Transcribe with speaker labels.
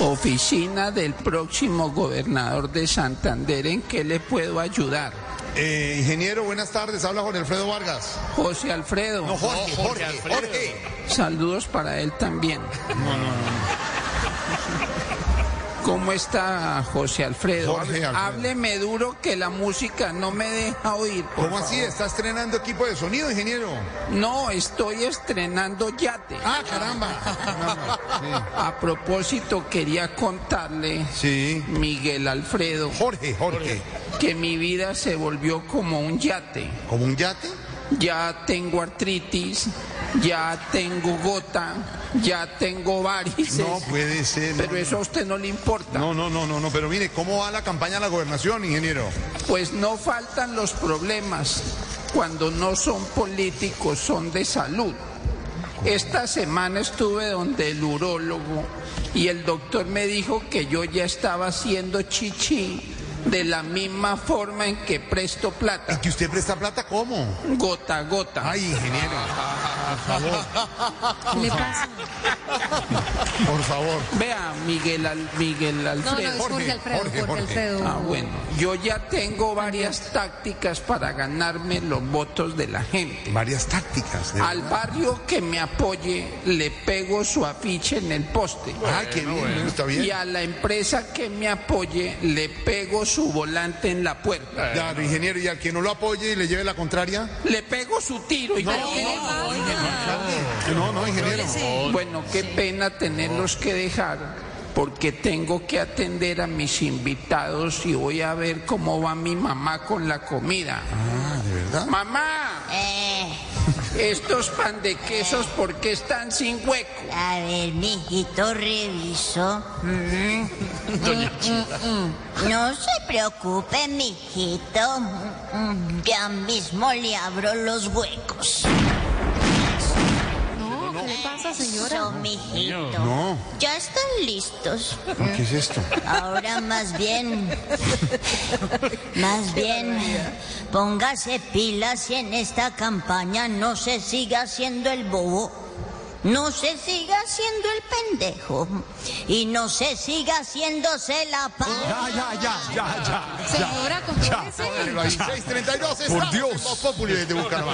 Speaker 1: Oficina del próximo gobernador de Santander, ¿en qué le puedo ayudar?
Speaker 2: Eh, ingeniero, buenas tardes. Habla Jorge Alfredo Vargas.
Speaker 1: José Alfredo.
Speaker 2: No,
Speaker 3: No,
Speaker 2: Jorge,
Speaker 3: Jorge
Speaker 2: Jorge, Jorge.
Speaker 3: Alfredo.
Speaker 1: Saludos para él también. ¿Cómo está José Alfredo?
Speaker 2: Jorge Alfredo.
Speaker 1: Hábleme duro que la música no me deja oír. por
Speaker 2: ¿Cómo así?
Speaker 1: favor.
Speaker 2: ¿Está estrenando equipo de sonido, ingeniero?
Speaker 1: No, estoy estrenando yate.
Speaker 2: Ah, caramba. Caramba,
Speaker 1: A propósito, quería contarle,
Speaker 2: Sí. Sí.
Speaker 1: Miguel Alfredo,
Speaker 2: Jorge, Jorge.
Speaker 1: que mi vida se volvió como un yate.
Speaker 2: ¿Como un yate?
Speaker 1: Ya tengo artritis, ya tengo gota, ya tengo varices.
Speaker 2: No puede ser. no,
Speaker 1: pero eso a usted no le importa.
Speaker 2: No, no, no, no, no. Pero mire, ¿cómo va la campaña a la gobernación, ingeniero?
Speaker 1: Pues no faltan los problemas cuando no son políticos, son de salud. Esta semana estuve donde el urólogo y el doctor me dijo que yo ya estaba haciendo chichi de la misma forma en que presto
Speaker 2: ¿Y
Speaker 1: plata,
Speaker 2: que usted presta plata cómo?
Speaker 1: gota a gota.
Speaker 2: Ay, ingeniero.
Speaker 4: ¿Qué le pasa?
Speaker 2: Por favor.
Speaker 1: Vea, Miguel, Al- Miguel
Speaker 4: No, no,
Speaker 1: Alfredo.
Speaker 4: es Jorge Alfredo,
Speaker 2: Jorge,
Speaker 4: Jorge,
Speaker 2: Jorge.
Speaker 4: Alfredo.
Speaker 1: Ah, bueno, yo ya tengo varias tácticas para ganarme los votos de la gente.
Speaker 2: Varias tácticas. de
Speaker 1: Al
Speaker 2: verdad.
Speaker 1: barrio que me apoye le pego su afiche en el poste.
Speaker 2: Ah, qué bien. Está bien.
Speaker 1: Y a la empresa que me apoye le pego su volante en la puerta.
Speaker 2: Claro, ingeniero, y al que no lo apoye y le lleve la contraria.
Speaker 1: Le pego su tiro. y-
Speaker 4: ¿Pero qué le pasa?
Speaker 2: No, no, ingeniero.
Speaker 4: Ese-
Speaker 1: Bueno, qué pena tenerlos que dejar porque tengo que atender a mis invitados y voy a ver cómo va mi mamá con la comida.
Speaker 2: Ah, de verdad.
Speaker 1: Mamá,
Speaker 5: Eh,
Speaker 1: estos pan de quesos, ¿por qué están sin hueco?
Speaker 5: a ver, mijito, reviso. Mm, mm, mm, mm. No se preocupe, mijito. Mm, mm, Ya mismo le abro los huecos.
Speaker 4: No, ¿qué le pasa,
Speaker 5: Eso,
Speaker 4: señora?
Speaker 5: mijito.
Speaker 2: No.
Speaker 5: Ya están listos.
Speaker 2: ¿Qué es esto?
Speaker 5: Ahora más bien, más bien, póngase pilas y en esta campaña no se siga siendo el bobo, no se siga siendo el pendejo y no se siga haciéndose la paz.
Speaker 6: Ya, ya, ya, ya, ya.
Speaker 4: Señora,
Speaker 6: ya.
Speaker 4: contrólese.
Speaker 2: Pero ahí, 632 estamos en Voz Populi desde Bucaramanga.